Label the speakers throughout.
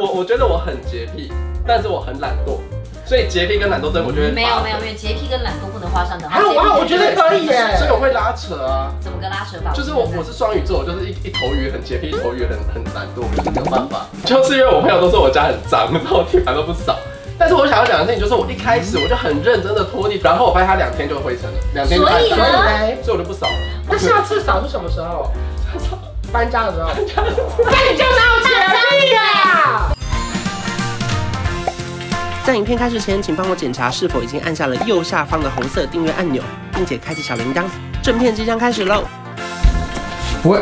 Speaker 1: 我觉得我很洁癖，但是我很懒惰，所以洁癖跟懒惰症我觉得
Speaker 2: 嗯没有没有没有，洁癖跟懒惰不能画上等号。
Speaker 3: 啊还有哇，我
Speaker 2: 洁
Speaker 3: 觉
Speaker 2: 癖
Speaker 3: 得可以耶。
Speaker 1: 所以我会拉扯啊。
Speaker 2: 怎么个拉扯法？
Speaker 1: 就是我，我是双鱼座，我就是一一头鱼很洁癖，一头鱼很很懒惰，我就是没有办法。就是因为我朋友都说我家很脏，然后我地板都不扫。但是我想要讲的事情就是，我一开始我就很认真的拖地，然后我发现它两天就灰尘了，两天就
Speaker 2: 所以
Speaker 1: 干净
Speaker 3: 所以
Speaker 1: 了
Speaker 2: 呢
Speaker 3: 嘞，
Speaker 1: 所以我就不扫了。
Speaker 3: 那下次扫是什么时候？搬家的时候。那你就没有权利呀。
Speaker 4: 在影片开始前，请帮我检查是否已经按下了右下方的红色订阅按钮，并且开启小铃铛。正片即将开始喽！
Speaker 3: 我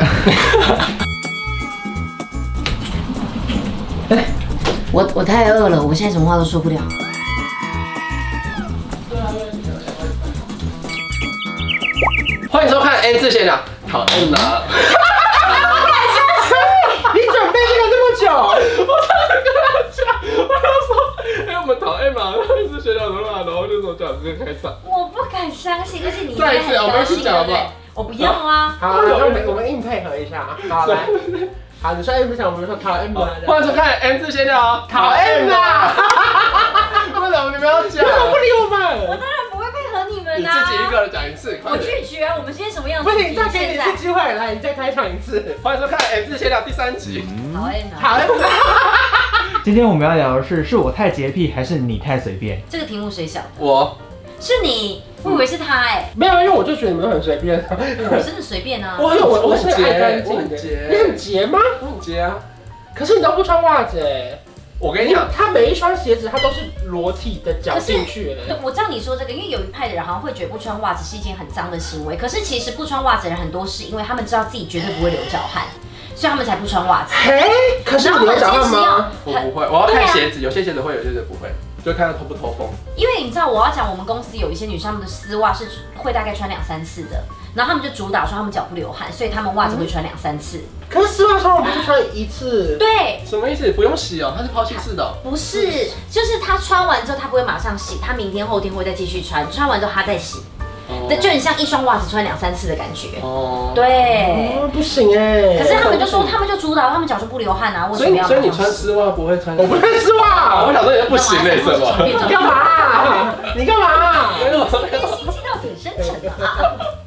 Speaker 2: 我我太饿了，我现在什么话都说不了。
Speaker 1: 欢迎收看 N 字现场，讨厌啊了。
Speaker 3: 你准备这个这么久，
Speaker 1: 我上次跟他讲，我就说，哎、我们讨厌嘛，然后一直学长什么，然后就说叫你直接开场。
Speaker 2: 我不敢相信，而且你应
Speaker 1: 再
Speaker 2: 该
Speaker 1: 一次
Speaker 3: 啊
Speaker 1: 我
Speaker 2: 很
Speaker 1: 们
Speaker 2: 高
Speaker 1: 一起
Speaker 2: 兴，
Speaker 1: 讲
Speaker 2: 对
Speaker 1: 好不好
Speaker 2: 不对？我不要啊！
Speaker 3: 好，那我们我们硬配合一下，好来，好，你说 M 想，我们说讨 M 来
Speaker 1: 欢迎收看 M 字闲聊，
Speaker 3: 讨 M 啦，
Speaker 1: 为什么你们要讲
Speaker 3: 为？什么不理啊我
Speaker 2: 我
Speaker 3: 们？
Speaker 2: 当然不会配合你
Speaker 1: 你
Speaker 2: 们
Speaker 1: 自
Speaker 2: 啦、
Speaker 1: 己一个人讲一次，快
Speaker 2: 我
Speaker 1: 点。
Speaker 2: 拒绝啊。我们今天什么样
Speaker 3: 不
Speaker 2: 子？
Speaker 3: 行，再给你一
Speaker 2: 现
Speaker 3: 次
Speaker 2: 在
Speaker 3: 机会，来，你再开场一次。
Speaker 1: 欢迎收看 M 字闲聊第三集。
Speaker 2: 讨厌啊！
Speaker 3: 讨 M
Speaker 5: 今天我们要聊的是，是我太洁癖还是你太随便？
Speaker 2: 这个题目谁想的？
Speaker 1: 我
Speaker 2: 是你，我以为是他哎、
Speaker 3: 没有，因为我就觉得你们很随便。
Speaker 2: 我真的随便啊。
Speaker 1: 我很
Speaker 3: 嗯我
Speaker 1: 我
Speaker 3: 我
Speaker 1: 很
Speaker 3: 是
Speaker 1: 洁
Speaker 3: 爱干
Speaker 1: 我
Speaker 3: 净
Speaker 1: 很
Speaker 3: 的
Speaker 1: 洁，
Speaker 3: 你很洁吗？
Speaker 1: 我很洁啊！
Speaker 3: 可是你都不穿袜子哎。
Speaker 1: 我跟你讲，
Speaker 3: 他每一双鞋子他都是裸体的脚进去
Speaker 2: 对
Speaker 3: 的。，
Speaker 2: 我知道你说这个，因为有一派的人好像会觉得不穿袜子是一件很脏的行为，可是其实不穿袜子的人很多是因为他们知道自己绝对不会流脚汗，所以他们才不穿袜子。
Speaker 3: 嘿，可是
Speaker 2: 然后
Speaker 3: 你有
Speaker 2: 很
Speaker 3: 脚
Speaker 2: 坚
Speaker 3: 汗
Speaker 2: 持
Speaker 3: 吗？
Speaker 1: 我
Speaker 2: 要很
Speaker 1: 不会，我要
Speaker 2: 对
Speaker 1: 看
Speaker 2: 啊
Speaker 1: 鞋子，有些鞋子会，有些鞋子不会，就看它透不透风。
Speaker 2: 因为你知道，我要讲我们公司有一些女生，她们的丝袜是会大概穿两三次的，然后她们就主打说她们脚不流汗，所以她们袜子会穿两三次。
Speaker 3: 可是丝袜穿我不是穿一次，
Speaker 2: 对，
Speaker 1: 什么意思？不用洗哦，它是抛弃式的哦。
Speaker 2: 不是，嗯就是她穿完之后她不会马上洗，她明天后天会再继续穿，穿完之后她再洗，那就很像一双袜子穿两三次的感觉。
Speaker 1: 哦，
Speaker 2: 对，
Speaker 3: 哦不行哎。
Speaker 2: 可是他们就说他们就主打，他们脚就不流汗啊，为
Speaker 1: 所以
Speaker 2: 什么
Speaker 1: 你
Speaker 2: 要
Speaker 1: 所以你
Speaker 2: 马上
Speaker 1: 穿
Speaker 2: 洗
Speaker 1: 丝袜不会穿？
Speaker 3: 我不穿丝
Speaker 1: 啊，我
Speaker 3: 袜，
Speaker 1: 想说你是不行那什
Speaker 2: 干嘛
Speaker 1: 么？
Speaker 3: 你干嘛？你干嘛？
Speaker 2: 这个心机到底深沉的啊！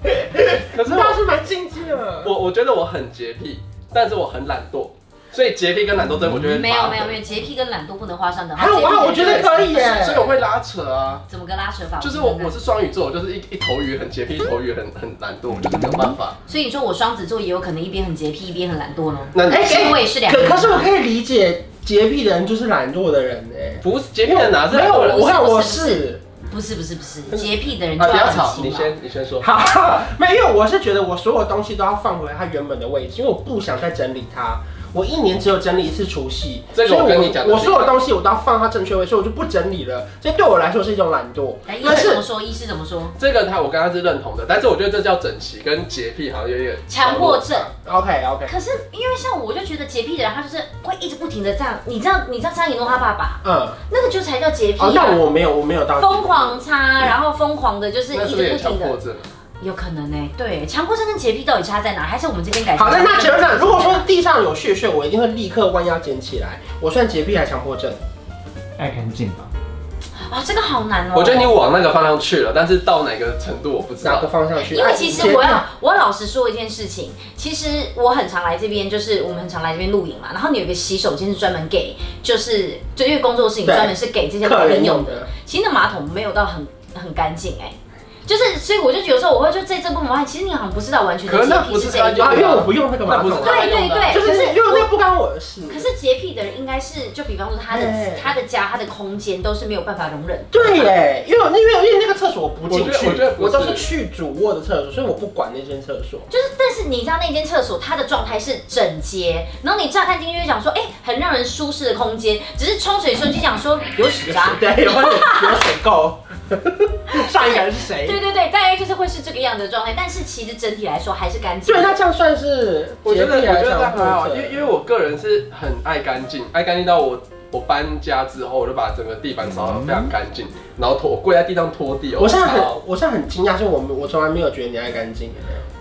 Speaker 1: 可是
Speaker 3: 这倒
Speaker 1: 我
Speaker 3: 是蛮禁忌的。
Speaker 1: 我我觉得我很洁癖，但是我很懒惰，所以洁癖跟懒惰症我觉得
Speaker 2: 没有没有没有，洁癖跟懒惰不能画上等号。
Speaker 3: 还有哇，我
Speaker 2: 洁癖
Speaker 3: 觉
Speaker 2: 跟
Speaker 3: 得可以耶。
Speaker 1: 所以我会拉扯啊。
Speaker 2: 怎么个拉扯法？
Speaker 1: 就是我我是双鱼座，我就是一一头鱼很洁癖，一头鱼很很懒惰，我就是没有办法。
Speaker 2: 所以你说我双子座也有可能一边很洁癖，一边很懒惰呢？
Speaker 1: 那你
Speaker 3: 哎
Speaker 2: 是因为是两个
Speaker 3: 可
Speaker 2: 人吗
Speaker 3: 可是我可以理解洁癖的人就是懒惰的人哎。
Speaker 1: 不是洁癖的哪是
Speaker 3: 没有，我
Speaker 1: 我
Speaker 3: 我我
Speaker 2: 不是不
Speaker 3: 是。
Speaker 2: 不是不是不是，洁癖的人就
Speaker 1: 啊，不要
Speaker 2: 很
Speaker 1: 吵，
Speaker 2: 勤
Speaker 1: 你
Speaker 2: 劳
Speaker 1: 先你先说。
Speaker 3: 好， 没有，我是觉得我所有东西都要放回它原本的位置，因为我不想再整理它。我一年只有整理一次除夕，
Speaker 1: 这个我
Speaker 3: 所以
Speaker 1: 跟你讲的
Speaker 3: 我
Speaker 1: 是
Speaker 3: 所有东西我都要放它正确位，所以我就不整理了。这对我来说是一种懒惰。
Speaker 2: 哎，医
Speaker 3: 但
Speaker 2: 师怎
Speaker 3: 是
Speaker 2: 么说？医师怎么说？
Speaker 1: 这个他我跟他是认同的，但是我觉得这叫整齐，跟洁癖好像有点
Speaker 2: 强迫症。
Speaker 3: OK OK，
Speaker 2: 可是因为像我就觉得洁癖的人，他就是会一直不停的这样，你这样，你知道张艺诺他爸爸
Speaker 3: 嗯，
Speaker 2: 那个就才叫洁癖、啊
Speaker 3: 哦，那我没有，我没有到
Speaker 2: 疯狂擦，然后疯狂的就是
Speaker 1: 那
Speaker 2: 一
Speaker 1: 是不是
Speaker 2: 直
Speaker 1: 也
Speaker 2: 不
Speaker 1: 强
Speaker 2: 停
Speaker 1: 迫
Speaker 2: 的，
Speaker 1: 症？
Speaker 2: 有可能呢、对，强迫症跟洁癖到底差在哪？还是我们这边改？
Speaker 3: 好，那那结论上，如果说地上有血血，我一定会立刻弯腰捡起来。我算洁癖还强迫症？
Speaker 5: 爱干净吧。
Speaker 2: 啊，这个好难哦、
Speaker 1: 我觉得你往那个方向去了，但是到哪个程度我不知
Speaker 3: 哪
Speaker 1: 道
Speaker 3: 个。方向去？
Speaker 2: 因为
Speaker 3: 哎
Speaker 2: 其
Speaker 3: 洁
Speaker 2: 实
Speaker 3: 癖
Speaker 2: 我要我老实说一件事情，其实我很常来这边，就是我们很常来这边录影嘛。然后你有一个洗手间是专门给，就是就因为工作室，你
Speaker 3: 对
Speaker 2: 专门是给这些
Speaker 3: 客
Speaker 2: 老
Speaker 3: 人
Speaker 2: 人用
Speaker 3: 用
Speaker 2: 的。
Speaker 3: 的，
Speaker 2: 其实那马桶没有到很很干净哎，就是所以我就有时候我会就在这部分发现，其实你好像不知道完全
Speaker 1: 可
Speaker 2: 的
Speaker 1: 是
Speaker 2: 洁
Speaker 1: 那
Speaker 2: 癖
Speaker 1: 不
Speaker 2: 是
Speaker 1: 是
Speaker 2: 这
Speaker 1: 他
Speaker 2: 一
Speaker 1: 就
Speaker 2: 块
Speaker 3: 啊，因为我不用那个马
Speaker 1: 那不
Speaker 3: 桶
Speaker 1: 是
Speaker 3: 啊，
Speaker 2: 对对对，
Speaker 3: 就是
Speaker 2: 可
Speaker 3: 因
Speaker 2: 是
Speaker 3: 为那不干我的事。
Speaker 2: 可是洁癖的人应该是，就比方说他的
Speaker 3: 对
Speaker 2: 他的家、他的空间都是没有办法容忍。
Speaker 3: 对耶，因为我那因为因为那个厕所我不进去，
Speaker 1: 我觉得我觉得不
Speaker 3: 我
Speaker 1: 是
Speaker 3: 都是去主卧的厕所，所以我不管那间厕所。
Speaker 2: 就是，但是你知道那间厕所它的状态是整洁，然后你乍看进去就想说，哎、很让人舒适的空间，只是冲水的时候你就想说有屎啊渣。
Speaker 3: 对，有有水垢。 上一个人是谁？
Speaker 2: 对对对，大概就是会是这个样子的状态，但是其实整体来说还是干净
Speaker 3: 所以
Speaker 2: 的。
Speaker 3: 那这样算是
Speaker 1: 我觉
Speaker 3: 洁
Speaker 1: 得我
Speaker 3: 癖啊
Speaker 2: 啊
Speaker 1: 觉
Speaker 3: 还
Speaker 1: 得这
Speaker 3: 是
Speaker 1: 样
Speaker 3: 强
Speaker 1: 还好，
Speaker 3: 迫
Speaker 1: 因
Speaker 3: 症
Speaker 1: 为因为我个人是很爱干净，爱干净到我我搬家之后，我就把整个地板扫得非常干净，然后拖我跪在地上拖地哦。
Speaker 3: 我现在很
Speaker 1: 超
Speaker 3: 我现在很惊讶，就是我我从来没有觉得你爱干净耶。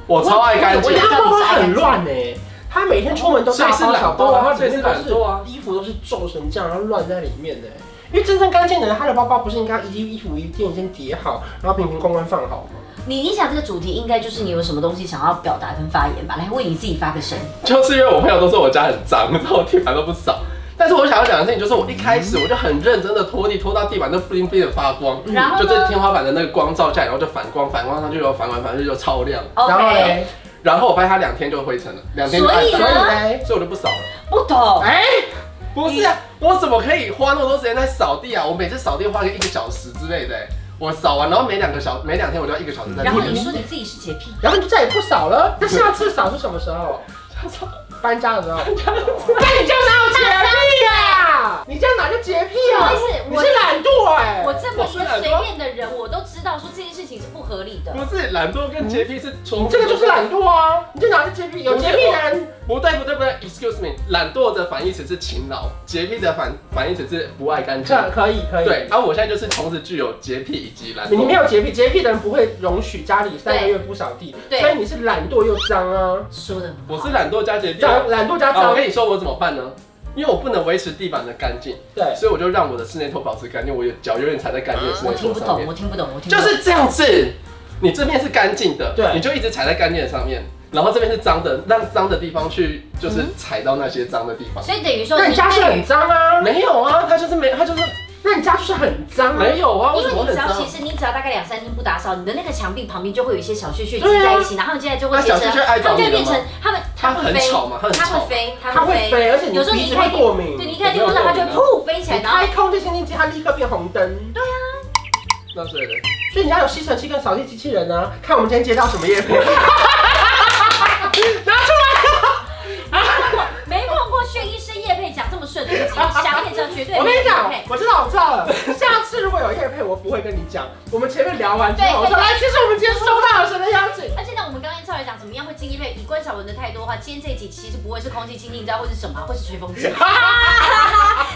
Speaker 1: 我超爱干净
Speaker 2: 我也
Speaker 3: 你，
Speaker 2: 知
Speaker 3: 的
Speaker 2: 道你
Speaker 3: 包包
Speaker 2: 是爱干净
Speaker 3: 很乱哎，他每天出门都大包小包，
Speaker 1: 所以是懒惰啊
Speaker 3: 然后里
Speaker 1: 所以
Speaker 3: 面
Speaker 1: 是
Speaker 3: 都
Speaker 1: 懒惰啊
Speaker 3: 是衣服都是皱成这样，然后乱在里面的。欸因为真正干净的人，他的包包不是应该一件衣服一件一件叠好，然后平平光光放好吗？
Speaker 2: 你你想这个主题应该就是你有什么东西想要表达跟发言吧？来为你自己发个声。
Speaker 1: 就是因为我朋友都说我家很脏，然后我地板都不扫。但是我想要讲的事情就是，我一开始我就很认真的拖地，拖到地板都 bling bling 的发光，
Speaker 2: 嗯然后
Speaker 1: 就
Speaker 2: 呢
Speaker 1: 这天花板的那个光照下来，然后就反光，反光上去又反光，反正就超亮。
Speaker 3: 然后
Speaker 2: OK，
Speaker 3: 嘞，
Speaker 1: 然后我发现它两天就灰尘了，两天就
Speaker 2: 所
Speaker 1: 暗
Speaker 2: 以
Speaker 1: 淡
Speaker 3: 所以
Speaker 2: 呢，
Speaker 3: 嘞，
Speaker 1: 哎所以我就不扫了。
Speaker 2: 不懂。
Speaker 3: 哎，
Speaker 1: 不是啊，我怎么可以花那么多时间在扫地啊？我每次扫地花个一个小时之类的、我扫完，然后每两个小每两天我就要一个小时在
Speaker 2: 然
Speaker 1: 扫
Speaker 2: 后。你说你自己是洁癖，
Speaker 3: 然后你就再也不扫了。那下次扫是什么时候？ 搬家的时候。那你这样哪有洁癖啊？你这样哪叫洁癖啊
Speaker 2: 什么意思？
Speaker 3: 你
Speaker 2: 我
Speaker 3: 是懒惰哎。
Speaker 2: 我这
Speaker 1: 我
Speaker 2: 么一
Speaker 1: 虽
Speaker 2: 个
Speaker 1: 然
Speaker 2: 随
Speaker 1: 说
Speaker 2: 便的人，我都知道说这件事情是不合理的。
Speaker 1: 不是懒惰跟洁癖是重复
Speaker 3: 你嗯这
Speaker 1: 的，
Speaker 3: 个就是懒惰啊！你这哪是洁癖？有洁癖的人
Speaker 1: 不对不对不对，excuse me，懒惰的反义词是勤劳，洁癖的反反义词是不爱干净。
Speaker 3: 这可以可以。
Speaker 1: 对，，啊而、我现在就是同时具有洁癖以及懒
Speaker 3: 你没
Speaker 1: 惰。
Speaker 3: 有洁癖，洁癖的人不会容许家里三个月不扫地，
Speaker 2: 对
Speaker 3: 所以你是懒惰又脏啊，
Speaker 2: 说的，
Speaker 1: 我是懒惰加洁癖啊。
Speaker 3: 脏懒惰加
Speaker 1: 啊，我
Speaker 2: 哦
Speaker 3: 脏。
Speaker 1: 跟你说我怎么办呢？因为我不能维持地板的干净，
Speaker 3: 对，
Speaker 1: 所以我就让我的室内拖保持干净，我有脚有点踩在干净的室
Speaker 2: 我
Speaker 1: 内
Speaker 2: 听
Speaker 1: 拖
Speaker 2: 不
Speaker 1: 上
Speaker 2: 懂，
Speaker 1: 面
Speaker 2: 我。听不懂，我听不
Speaker 1: 就
Speaker 2: 懂。
Speaker 1: 是这样子，你这边是干净的，
Speaker 3: 对
Speaker 1: 你就一直踩在干净的上面，然后这边是脏的，让脏的地方去就是
Speaker 2: 嗯
Speaker 1: 踩到那些脏的地方。
Speaker 2: 所以等于说
Speaker 3: 那你家是很脏啊，
Speaker 1: 没有啊，他就是没，他就是
Speaker 3: 那你家就是很脏啊。
Speaker 1: 没有啊，为
Speaker 2: 嗯因
Speaker 1: 什
Speaker 2: 为
Speaker 1: 么很
Speaker 2: 你只要
Speaker 1: 脏
Speaker 2: 其？实你只要大概两三天不打扫，你的那个墙壁旁边就会有一些小屑屑积
Speaker 3: 对啊
Speaker 2: 在一起，然后你现在就会
Speaker 1: 那
Speaker 2: 变
Speaker 1: 小
Speaker 2: 成
Speaker 1: 旭就，爱
Speaker 2: 它
Speaker 1: 找
Speaker 2: 们
Speaker 1: 你
Speaker 2: 就会
Speaker 1: 了
Speaker 2: 变
Speaker 1: 吗
Speaker 2: 成？它们
Speaker 1: 他
Speaker 2: 它会
Speaker 1: 很
Speaker 2: 飞，
Speaker 1: 吵嘛，他很
Speaker 2: 它
Speaker 1: 吵
Speaker 2: 会。飞，它
Speaker 3: 它
Speaker 2: 会
Speaker 3: 会
Speaker 2: 飞。
Speaker 3: 飞，而且你
Speaker 2: 有时候
Speaker 3: 鼻
Speaker 2: 你
Speaker 3: 子
Speaker 2: 开
Speaker 3: 会过
Speaker 2: 对，你
Speaker 3: 敏。
Speaker 2: 一开电风扇，它就会噗飞起来，
Speaker 3: 你
Speaker 2: 然后
Speaker 3: 开空气清新机，它立刻变红灯。对，
Speaker 1: 那对的，
Speaker 3: 所以你要有吸尘器跟扫地机器人啊。看我们今天接到什么业配，
Speaker 2: 没碰过薛医师叶佩讲这么顺的事情，想也知道绝对
Speaker 3: 我跟
Speaker 2: 没
Speaker 3: 你讲
Speaker 2: 叶，佩
Speaker 3: 我知道，我知道了。下次如果有叶配，我不会跟你讲。我们前面聊完之后，
Speaker 2: 对
Speaker 3: 我说哎来，其实我们今天收到了什么邀请。
Speaker 2: 而且呢，我们刚刚超人讲怎么样会进叶佩，以观察我们的态度的话，今天这一集其实不会是空气清净，你知道会是什么？会是吹风机。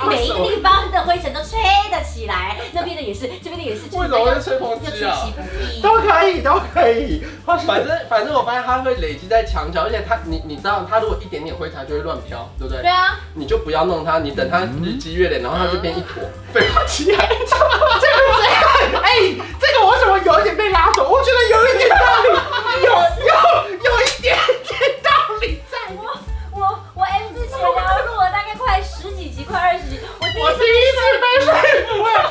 Speaker 2: 每一
Speaker 3: 啊
Speaker 2: 个地方的灰尘都吹得起来，那边的也是，这边的也是。
Speaker 1: 为什么会吹风
Speaker 2: 要出
Speaker 1: 机啊
Speaker 2: 其？不意？
Speaker 3: 都可以，都可以。或是
Speaker 1: 反正反正我发现它会累积在墙角，而且它你你知道，它如果一点点灰它就会乱飘，对不对
Speaker 2: 对？啊，
Speaker 1: 你就不要弄它，你等它日积月累，然后它就变一坨，废话起来。
Speaker 3: 哎、这个我怎么有一点被拉走？我觉得有一点道理，有有有一点点道理在。
Speaker 2: 我我我 M 之前聊录了大概快十几集，快二十集，我第一
Speaker 3: 我
Speaker 2: 次
Speaker 3: 第一次被说服哎，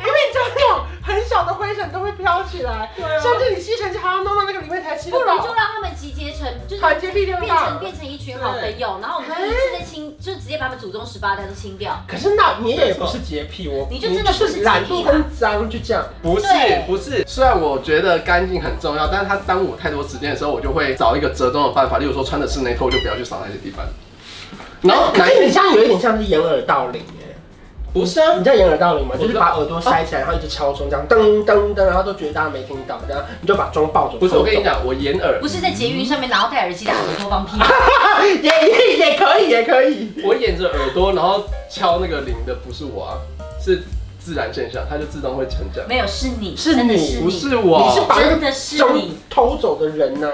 Speaker 3: 因为你知道那种很小的灰尘都会飘起来，甚至你吸尘器还要弄到那个里面才吸
Speaker 2: 不
Speaker 3: 得
Speaker 2: 如就
Speaker 3: 到。
Speaker 2: 让他们集结成，就是
Speaker 3: 团结力量大
Speaker 2: 变成变成一群好朋友，然后我们就一次的清，就直接把他们祖宗十八代都清掉。
Speaker 3: 可是那你也不是洁癖，我
Speaker 2: 你就真的不是洁癖啊
Speaker 3: 你就懒惰跟脏，就这样。
Speaker 1: 不是
Speaker 2: 对
Speaker 1: 不是，虽然我觉得干净很重要，但是它耽误我太多时间的时候，我就会找一个折中的办法，例如说穿着室内拖就不要去扫那些地板。然后哎
Speaker 3: 可
Speaker 1: 男
Speaker 3: 是
Speaker 1: 生
Speaker 3: 你这样有一点像是掩耳盗铃耶。
Speaker 1: 不是啊
Speaker 3: 你，知道掩耳盗铃吗？
Speaker 1: 我
Speaker 3: 就
Speaker 1: 知
Speaker 3: 是
Speaker 1: 道
Speaker 3: 把耳朵塞起来，然后一直敲钟，这样噔噔噔，然后都觉得大家没听到，然后你就把钟抱走。
Speaker 1: 不是我跟你
Speaker 3: 讲，
Speaker 1: 讲，我掩耳
Speaker 2: 不，是在捷运上面，然后戴耳机在耳朵放屁，
Speaker 3: 也也也可以，也可以。
Speaker 1: 我掩着耳朵，然后敲那个铃的不是我啊，是自然现象，它就自动会成长。
Speaker 2: 没有是你，
Speaker 3: 是
Speaker 2: 真的
Speaker 3: 你
Speaker 2: 是
Speaker 1: 不
Speaker 2: 你，
Speaker 1: 是我，
Speaker 3: 你是把
Speaker 2: 真的是
Speaker 3: 钟
Speaker 2: 你。
Speaker 3: 偷走的人呢、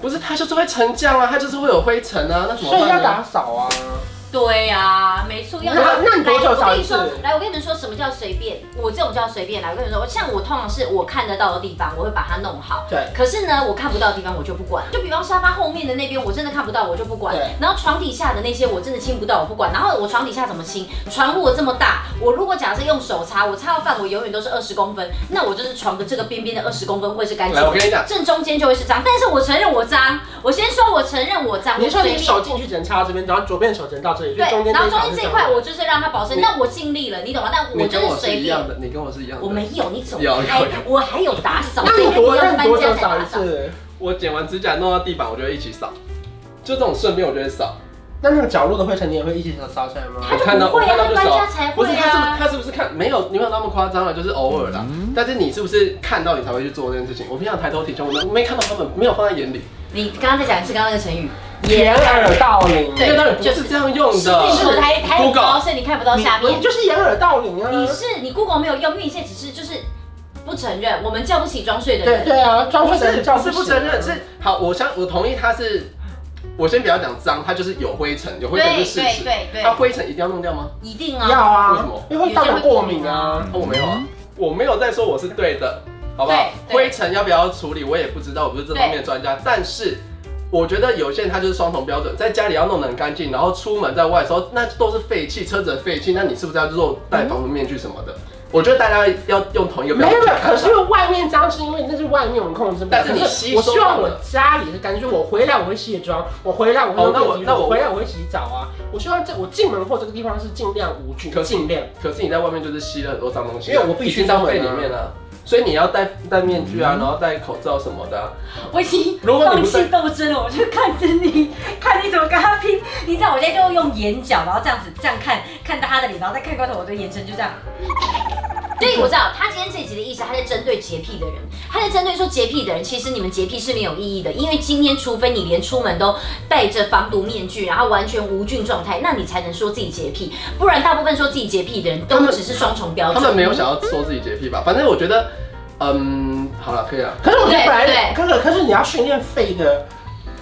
Speaker 1: 不是它就是会沉降啊，它就是会有灰尘啊，那怎么
Speaker 3: 所以要
Speaker 1: 办呢？
Speaker 3: 打扫啊。
Speaker 2: 对呀、没错，要
Speaker 3: 那那你多久扫一次
Speaker 2: 来我跟你说，来，我跟你们说什么叫随便？我这种叫随便。来，我跟你们说，像我通常是我看得到的地方，我会把它弄好。
Speaker 3: 对，
Speaker 2: 可是呢，我看不到的地方我就不管，就比方沙发后面的那边我真的看不到，我就不管
Speaker 3: 对。
Speaker 2: 然后床底下的那些我真的清不到，我不管。然后我床底下怎么清？床如果这么大，我如果假设用手擦，我擦到范围永远都是二十公分，那我就是床的这个边边的二十公分会是干净
Speaker 1: 来，我
Speaker 2: 的，
Speaker 1: 跟你讲，
Speaker 2: 正中间就会是脏。但是我承认我脏，我先说我承认我脏，
Speaker 3: 你
Speaker 2: 我
Speaker 3: 说
Speaker 2: 随
Speaker 3: 你
Speaker 2: 便。
Speaker 3: 手进去只能插到这边，然后左边手只能到这里，就
Speaker 2: 对
Speaker 3: 中，间
Speaker 2: 然后
Speaker 3: 这
Speaker 2: 中
Speaker 3: 一条
Speaker 2: 间
Speaker 3: 是
Speaker 2: 这一
Speaker 3: 什
Speaker 2: 块
Speaker 3: 么？
Speaker 2: 我就是让它保证，
Speaker 1: 你
Speaker 2: 但我尽力了，你懂吗？但我
Speaker 1: 你
Speaker 2: 就
Speaker 1: 跟我
Speaker 2: 是
Speaker 1: 是
Speaker 2: 随
Speaker 1: 一
Speaker 2: 便
Speaker 1: 样。的，你跟我是一样的。
Speaker 2: 我没有，你走
Speaker 1: 有有
Speaker 2: 开，我还有打扫，
Speaker 3: 那你
Speaker 2: 所
Speaker 3: 多
Speaker 2: 以
Speaker 3: 那
Speaker 2: 我
Speaker 3: 你
Speaker 2: 搬
Speaker 3: 多
Speaker 2: 家
Speaker 3: 久
Speaker 2: 才
Speaker 3: 扫
Speaker 2: 打
Speaker 3: 一
Speaker 2: 扫。
Speaker 3: 次？
Speaker 1: 我剪完指甲弄到地板，我就会一起扫，就这种顺便我就会扫。
Speaker 3: 那那个角落的灰尘你也会一起扫扫起来吗？
Speaker 2: 他
Speaker 1: 我看
Speaker 2: 就
Speaker 1: 到
Speaker 2: 不会
Speaker 1: 我看
Speaker 2: 啊，
Speaker 1: 到
Speaker 2: 他
Speaker 1: 就
Speaker 2: 搬家
Speaker 1: 少
Speaker 2: 才
Speaker 1: 不是
Speaker 2: 会
Speaker 1: 他是不是
Speaker 2: 啊。
Speaker 1: 他是不是看没有你没有那么夸张了，就是偶尔啦。但是你是不是看到你才会去做这件事情？我平常抬头挺胸，我没我没看到他们，没有放在眼里。
Speaker 2: 你刚刚再讲一次刚刚那个成语，
Speaker 3: 掩耳盗铃。
Speaker 2: 对
Speaker 1: 因为当然不
Speaker 2: 就是
Speaker 1: 是这样用
Speaker 2: 是
Speaker 1: 的。
Speaker 2: 是我抬抬很高，
Speaker 1: Google
Speaker 2: 所以你看不到下
Speaker 3: 你
Speaker 2: 面。
Speaker 3: 就是掩耳盗铃啊。
Speaker 2: 你是你 Google 没有用，因为你现在只是就是不承认，我们叫不起装睡的
Speaker 3: 对
Speaker 2: 人。
Speaker 3: 对啊，装
Speaker 1: 不
Speaker 3: 睡的
Speaker 1: 是
Speaker 3: 人叫
Speaker 1: 不是不承认，是好，我相我同意他是我先不要讲脏，它就是有灰尘，有灰尘
Speaker 2: 对
Speaker 1: 是事
Speaker 2: 对
Speaker 1: 实。
Speaker 2: 对对
Speaker 1: 它，灰尘一定要弄掉吗？
Speaker 2: 一定
Speaker 3: 要
Speaker 2: 啊，
Speaker 1: 为什
Speaker 3: 啊，
Speaker 1: 么？
Speaker 3: 因为会造成过敏啊。
Speaker 1: 啊，我没有啊，我没有在说我是对的，好不好？
Speaker 2: 对对
Speaker 1: 灰尘要不要处理，我也不知道，我不是这方面的专家，但是。我觉得有些人他就是双重标准，在家里要弄得很干净，然后出门在外的时候那都是废气，车子的废气，那你是不是要做戴防毒面具什么的？嗯我觉得大家要用同一个标
Speaker 3: 没
Speaker 1: 准去
Speaker 3: 有没有，
Speaker 1: 看待。
Speaker 3: 可是外面脏是因为那是外面我们控制不了。
Speaker 1: 但是你吸收
Speaker 3: 我希望
Speaker 1: 到
Speaker 3: 我
Speaker 1: 了
Speaker 3: 家里的干净，就是我回来我会卸妆，我回来我会
Speaker 1: 哦
Speaker 3: 用
Speaker 1: 那我
Speaker 3: 电
Speaker 1: 那我
Speaker 3: 我回来我会洗澡啊。我希望这我进门或这个地方是尽量无菌
Speaker 1: 可，是
Speaker 3: 尽量。
Speaker 1: 可是你在外面就是吸了很多脏东西啊，
Speaker 3: 因为我必须
Speaker 1: 已经浪费
Speaker 3: 出
Speaker 1: 里
Speaker 3: 门啊
Speaker 1: 面啊，所以你要戴戴面具啊，然后戴口罩什么的啊、
Speaker 2: 我已经
Speaker 1: 如果你
Speaker 2: 放
Speaker 1: 不
Speaker 2: 弃
Speaker 1: 戴
Speaker 2: 斗争了，我就看着你，看你怎么跟他拼。你知道我现在就用眼角，然后这样子这样看，看到他的脸，然后再看过头，我的眼神就这样。所以我知道他今天这集的意思，他在针对洁癖的人，他在针对说洁癖的人，其实你们洁癖是没有意义的，因为今天除非你连出门都戴着防毒面具，然后完全无菌状态，那你才能说自己洁癖，不然大部分说自己洁癖的人
Speaker 1: 他
Speaker 2: 都
Speaker 1: 们
Speaker 2: 只是双重标
Speaker 1: 他
Speaker 2: 准。
Speaker 1: 们没有想要说自己洁癖吧？反正我觉得，嗯，好了，可以了。
Speaker 3: 可是我觉得
Speaker 2: 对
Speaker 3: 本来，
Speaker 2: 对
Speaker 3: 可可可是你要训练肺的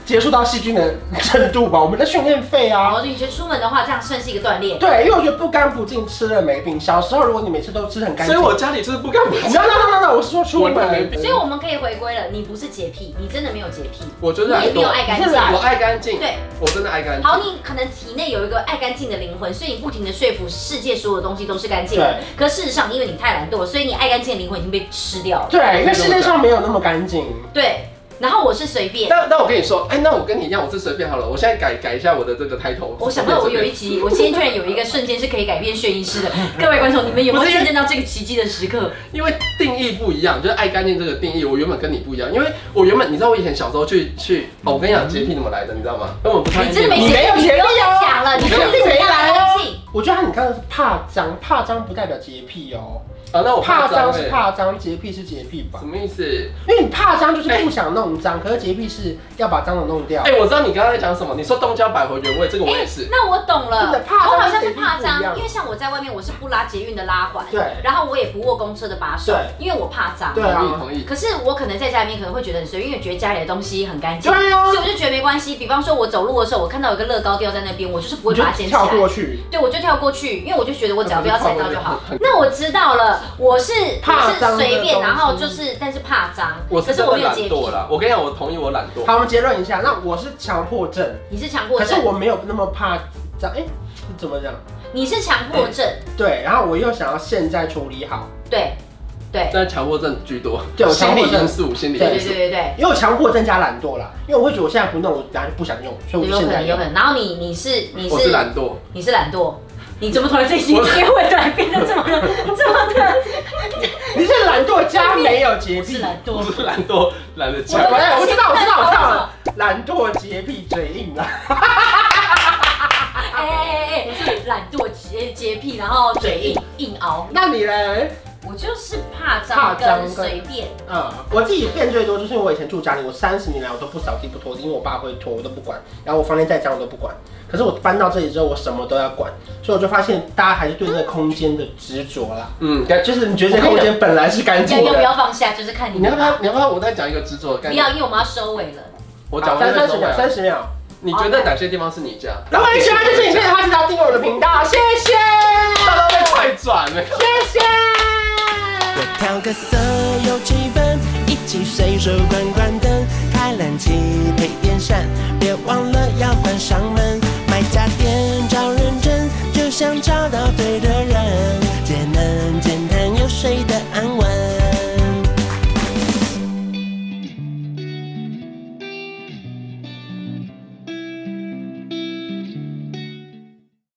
Speaker 3: 接触到细菌的程度吧，我们在训练肺
Speaker 2: 然
Speaker 3: 啊。
Speaker 2: 后就以前出门的话，这样算是一个锻炼。
Speaker 3: 对，因为我觉得不干不净吃了没病。小时候如果你每次都吃很干
Speaker 1: 所
Speaker 3: 净，
Speaker 1: 以我家里就是不干净，
Speaker 3: no no no no no，我是说出
Speaker 1: 我没
Speaker 3: 门，
Speaker 1: 病
Speaker 2: 所以我们可以回归了，你不是洁癖，你真的没有洁癖，
Speaker 1: 我就是懒惰
Speaker 2: 你也没有，爱干
Speaker 3: 你是懒
Speaker 2: 净。
Speaker 1: 我爱干净，
Speaker 2: 对，
Speaker 1: 我真的爱干净
Speaker 2: 好，。你可能体内有一个爱干净的灵魂，所以你不停的说服世界所有东西都是干净的
Speaker 3: 对。
Speaker 2: 可事实上，因为你太懒惰，所以你爱干净的灵魂已经被吃掉了。
Speaker 3: 对，因为世界上没有那么干净。
Speaker 2: 对，然后我是随便。
Speaker 1: 那那我跟你说，哎、那我跟你一样，我是随便好了。我现在改改一下我的这个抬头。
Speaker 2: 我想到我有一集，我今天居然有一个瞬间是可以改变眩晕师的。各位观众，你们有没
Speaker 1: 不
Speaker 2: 有
Speaker 1: 是因为
Speaker 2: 见证到这个奇迹的时刻？
Speaker 1: 因为定义不一样，就是爱干净这个定义，我原本跟你不一样。因为我原本，你知道我以前小时候去去，哦，我跟你讲洁癖怎么来的，你知道吗？因为我们不穿
Speaker 2: 你真的
Speaker 1: 衣服
Speaker 2: 没
Speaker 3: 你没有
Speaker 2: 你不
Speaker 3: 洁癖
Speaker 2: 用
Speaker 3: 啊
Speaker 2: 再讲了，你
Speaker 1: 你
Speaker 2: 就
Speaker 1: 哦没有哦
Speaker 2: 是怎样爱干净。
Speaker 3: 我觉得你刚刚是怕脏，怕脏不代表洁癖哦，
Speaker 1: 啊，那我
Speaker 3: 怕脏
Speaker 1: 欸
Speaker 3: 是怕脏，洁癖是洁癖吧
Speaker 1: 什？么意思？
Speaker 3: 因为你怕脏就是不想弄脏，可是洁癖是要把脏的弄掉
Speaker 1: 哎、。我知道你刚刚在讲什么，你说东郊百合原味，这个我也是。
Speaker 2: 哎那我懂了
Speaker 3: 真的，怕脏
Speaker 2: 我好像是怕
Speaker 3: 跟谁不一
Speaker 2: 脏，
Speaker 3: 样
Speaker 2: 因为像我在外面我是不拉捷运的拉环，
Speaker 3: 对
Speaker 2: 然后我也不握公车的把手
Speaker 3: 对，
Speaker 2: 因为我怕脏。
Speaker 3: 对啊
Speaker 1: 同意同意。
Speaker 2: 可是我可能在家里面可能会觉得很随意，因为觉得家里的东西很干净，
Speaker 3: 对啊
Speaker 2: 所以我就觉得没关系。比方说，我走路的时候，我看到有一个乐高掉在那边，我就是不会
Speaker 3: 你就
Speaker 2: 把它捡起来
Speaker 3: 跳，过去，
Speaker 2: 对，我就跳过去，因为我就觉得我只要不要踩到就好
Speaker 1: 很。
Speaker 2: 那我知道了，我是
Speaker 3: 怕
Speaker 2: 我是
Speaker 3: 脏的
Speaker 2: 随便，
Speaker 3: 东西
Speaker 2: 然后就是但是怕脏，
Speaker 1: 我是
Speaker 2: 可是
Speaker 1: 真
Speaker 2: 我
Speaker 1: 的
Speaker 2: 没有
Speaker 1: 懒
Speaker 2: 洁癖，
Speaker 1: 惰啦，我跟你讲，我同意我懒惰。
Speaker 3: 好，我们结论一下，那我是强迫症，
Speaker 2: 你是强迫
Speaker 3: 可是
Speaker 2: 症，
Speaker 3: 我没有那么怕脏，哎、怎么讲？
Speaker 2: 你是强迫症，
Speaker 3: 对，然后我又想要现在处理好，
Speaker 2: 对对
Speaker 1: 但强迫症居多，
Speaker 3: 对我
Speaker 1: 心
Speaker 3: 强迫
Speaker 1: 理
Speaker 3: 症
Speaker 1: 因素，心理
Speaker 2: 对
Speaker 1: 因
Speaker 2: 对
Speaker 1: 素
Speaker 2: 对。对对。
Speaker 3: 因为我强迫症加懒惰啦，因为我会觉得我现在不弄，我等下就不想用，所以我
Speaker 2: 有
Speaker 3: 就
Speaker 2: 可
Speaker 3: 现在
Speaker 2: 能，有
Speaker 3: 用
Speaker 2: 可。能。然后你你是你
Speaker 1: 我
Speaker 2: 是
Speaker 1: 是懒惰，
Speaker 2: 你是懒惰，你怎么从最新结尾突然变得这么这么的？
Speaker 3: 你是懒惰加没有洁
Speaker 2: 我是
Speaker 3: 癖，
Speaker 2: 懒
Speaker 1: 我
Speaker 2: 惰，
Speaker 1: 是懒惰，懒得讲
Speaker 2: 我。
Speaker 3: 哎，我知道，我知道，我知道了，懒惰洁癖嘴硬啦，
Speaker 2: 哎哎哎哎，懒惰洁洁癖，然后嘴硬硬熬。
Speaker 3: 那你嘞？
Speaker 2: 我就是怕
Speaker 3: 怕
Speaker 2: 脏
Speaker 3: 脏
Speaker 2: 跟
Speaker 3: 跟
Speaker 2: 随便，
Speaker 3: 嗯，我自己变最多就是因为我以前住家里，我三十年来我都不扫地不拖地，因为我爸会拖，我都不管。然后我房间再脏我都不管。可是我搬到这里之后，我什么都要管，所以我就发现大家还是对这个空间的执着啦。
Speaker 1: 嗯，该
Speaker 3: 就是你觉得这个空间本来是干
Speaker 2: 要
Speaker 3: 净
Speaker 2: 要不
Speaker 3: 的，
Speaker 2: 要放下就是看你
Speaker 1: 你要
Speaker 2: 们
Speaker 1: 不
Speaker 2: 吧。
Speaker 1: 要？你要不要？我再讲一个执着的概
Speaker 2: 不
Speaker 1: 念
Speaker 2: 要，。因为我们要收尾了。
Speaker 1: 我讲完
Speaker 3: 三
Speaker 1: 再
Speaker 3: 三
Speaker 1: 收
Speaker 3: 十
Speaker 1: 尾
Speaker 3: 秒，三
Speaker 1: 啊。
Speaker 3: 十秒。
Speaker 1: 你觉得哪些地方是你家？
Speaker 3: 然啊后喜欢这支影片 的话，记得要订阅我的频道，谢谢，
Speaker 1: 大家在快转呢。
Speaker 3: 谢谢。
Speaker 6: 我调个色有气氛，一起随手关关灯，开冷气配电扇，别忘了要关上门。买家电找认真，就像找到对的人。